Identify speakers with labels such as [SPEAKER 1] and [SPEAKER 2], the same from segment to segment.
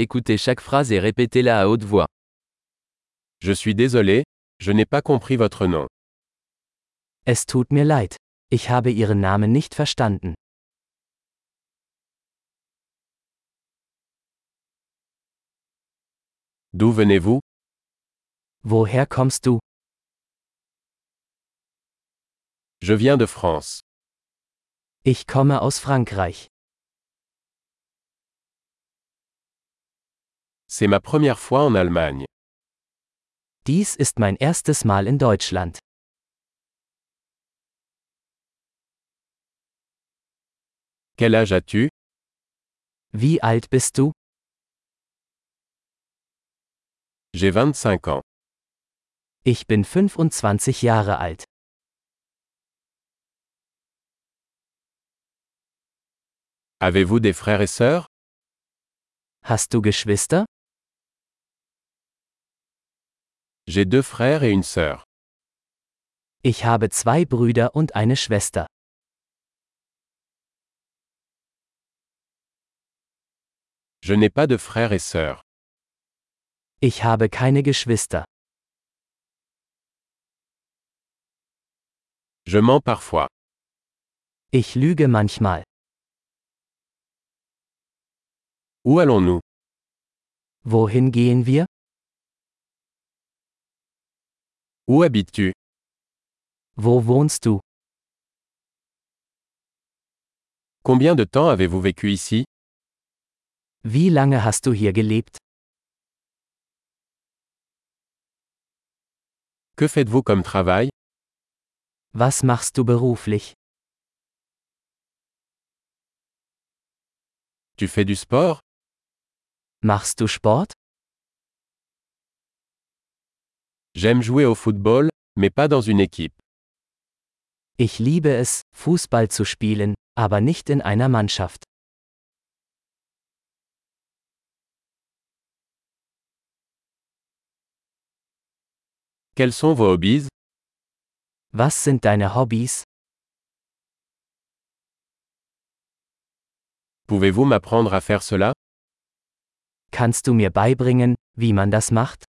[SPEAKER 1] Écoutez chaque phrase et répétez-la à haute voix.
[SPEAKER 2] Je suis désolé, je n'ai pas compris votre nom.
[SPEAKER 3] Es tut mir leid. Ich habe Ihren Namen nicht verstanden.
[SPEAKER 2] D'où venez-vous
[SPEAKER 3] Woher kommst du?
[SPEAKER 2] Je viens de France.
[SPEAKER 3] Ich komme aus Frankreich.
[SPEAKER 2] C'est ma première fois en Allemagne.
[SPEAKER 3] Dies ist mein erstes Mal in Deutschland.
[SPEAKER 2] Quel âge as-tu
[SPEAKER 3] Wie alt bist du?
[SPEAKER 2] J'ai 25 ans.
[SPEAKER 3] Ich bin 25 Jahre alt.
[SPEAKER 2] Avez-vous des frères et sœurs
[SPEAKER 3] Hast du Geschwister?
[SPEAKER 2] J'ai deux frères et une sœur.
[SPEAKER 3] Ich habe zwei Brüder und eine Schwester.
[SPEAKER 2] Je n'ai pas de frères et sœurs.
[SPEAKER 3] Ich habe keine Geschwister.
[SPEAKER 2] Je mens parfois.
[SPEAKER 3] Ich lüge manchmal.
[SPEAKER 2] Où allons-nous
[SPEAKER 3] Wohin gehen wir?
[SPEAKER 2] Où habites-tu
[SPEAKER 3] Wo wohnst du?
[SPEAKER 2] Combien de temps avez-vous vécu ici
[SPEAKER 3] Wie lange hast du hier gelebt?
[SPEAKER 2] Que faites-vous comme travail
[SPEAKER 3] Was machst du beruflich?
[SPEAKER 2] Tu fais du sport
[SPEAKER 3] Machst du Sport?
[SPEAKER 2] J'aime jouer au football, mais pas dans une équipe.
[SPEAKER 3] Ich liebe es, Fußball zu spielen, aber nicht in einer Mannschaft.
[SPEAKER 2] Quels sont vos hobbies
[SPEAKER 3] Was sind deine Hobbys?
[SPEAKER 2] Pouvez-vous m'apprendre à faire cela
[SPEAKER 3] Kannst du mir beibringen, wie man das macht?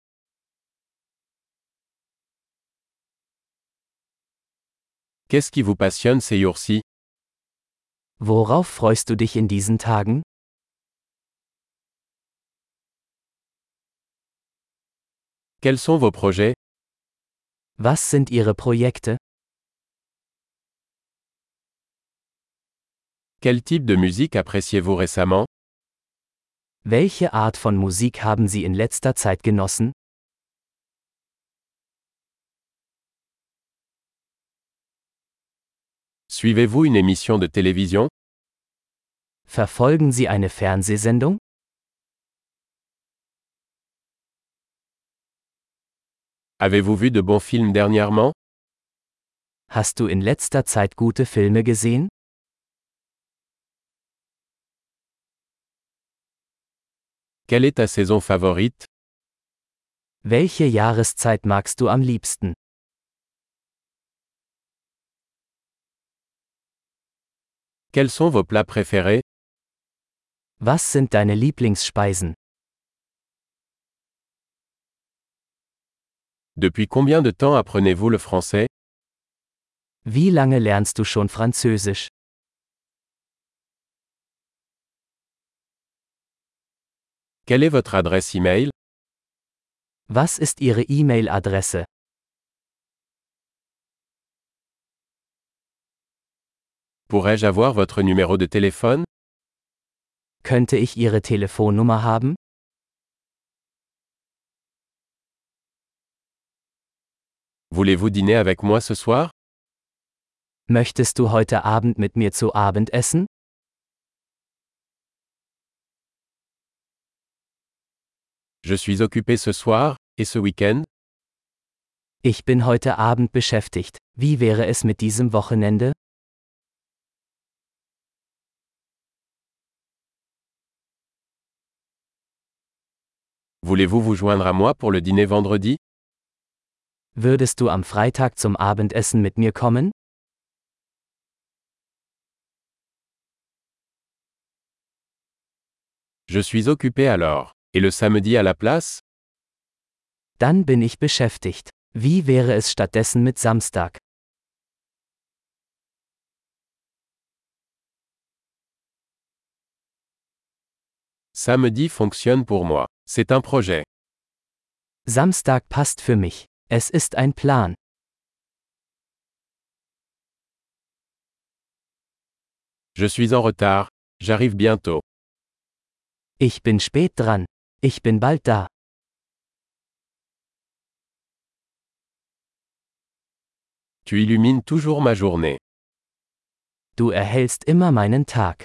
[SPEAKER 2] Qu'est-ce qui vous passionne ces jours-ci
[SPEAKER 3] Worauf freust du dich in diesen Tagen?
[SPEAKER 2] Quels sont vos projets
[SPEAKER 3] Was sind ihre Projekte?
[SPEAKER 2] Quel type de musique appréciez-vous récemment
[SPEAKER 3] Welche Art von Musik haben sie in letzter Zeit genossen?
[SPEAKER 2] Suivez-vous une émission de télévision
[SPEAKER 3] Verfolgen sie eine Fernsehsendung?
[SPEAKER 2] Avez-vous vu de bons films dernièrement
[SPEAKER 3] Hast du in letzter Zeit gute Filme gesehen?
[SPEAKER 2] Quelle est ta saison favorite
[SPEAKER 3] Welche Jahreszeit magst du am liebsten?
[SPEAKER 2] Quels sont vos plats préférés
[SPEAKER 3] Was sind deine Lieblingsspeisen?
[SPEAKER 2] Depuis combien de temps apprenez-vous le français
[SPEAKER 3] Wie lange lernst du schon Französisch?
[SPEAKER 2] Quelle est votre adresse e-mail
[SPEAKER 3] Was ist ihre E-Mail-Adresse?
[SPEAKER 2] Pourrais-je avoir votre numéro de téléphone
[SPEAKER 3] Könnte ich ihre Telefonnummer haben?
[SPEAKER 2] Voulez-vous dîner avec moi ce soir
[SPEAKER 3] Möchtest du heute Abend mit mir zu Abend essen?
[SPEAKER 2] Je suis occupé ce soir, et ce week-end.
[SPEAKER 3] Ich bin heute Abend beschäftigt. Wie wäre es mit diesem Wochenende?
[SPEAKER 2] Voulez-vous vous joindre à moi pour le dîner vendredi
[SPEAKER 3] Würdest du am Freitag zum Abendessen mit mir kommen?
[SPEAKER 2] Je Je suis occupé alors. Et le samedi à la place
[SPEAKER 3] Dann bin ich beschäftigt. Wie wäre es stattdessen mit Samstag?
[SPEAKER 2] Samedi fonctionne pour moi. C'est un projet.
[SPEAKER 3] Samstag passt für mich. Es ist ein Plan.
[SPEAKER 2] Je suis en retard. J'arrive bientôt.
[SPEAKER 3] Ich bin spät dran. Ich bin bald da.
[SPEAKER 2] Tu illumines toujours ma journée.
[SPEAKER 3] Du erhellst immer meinen Tag.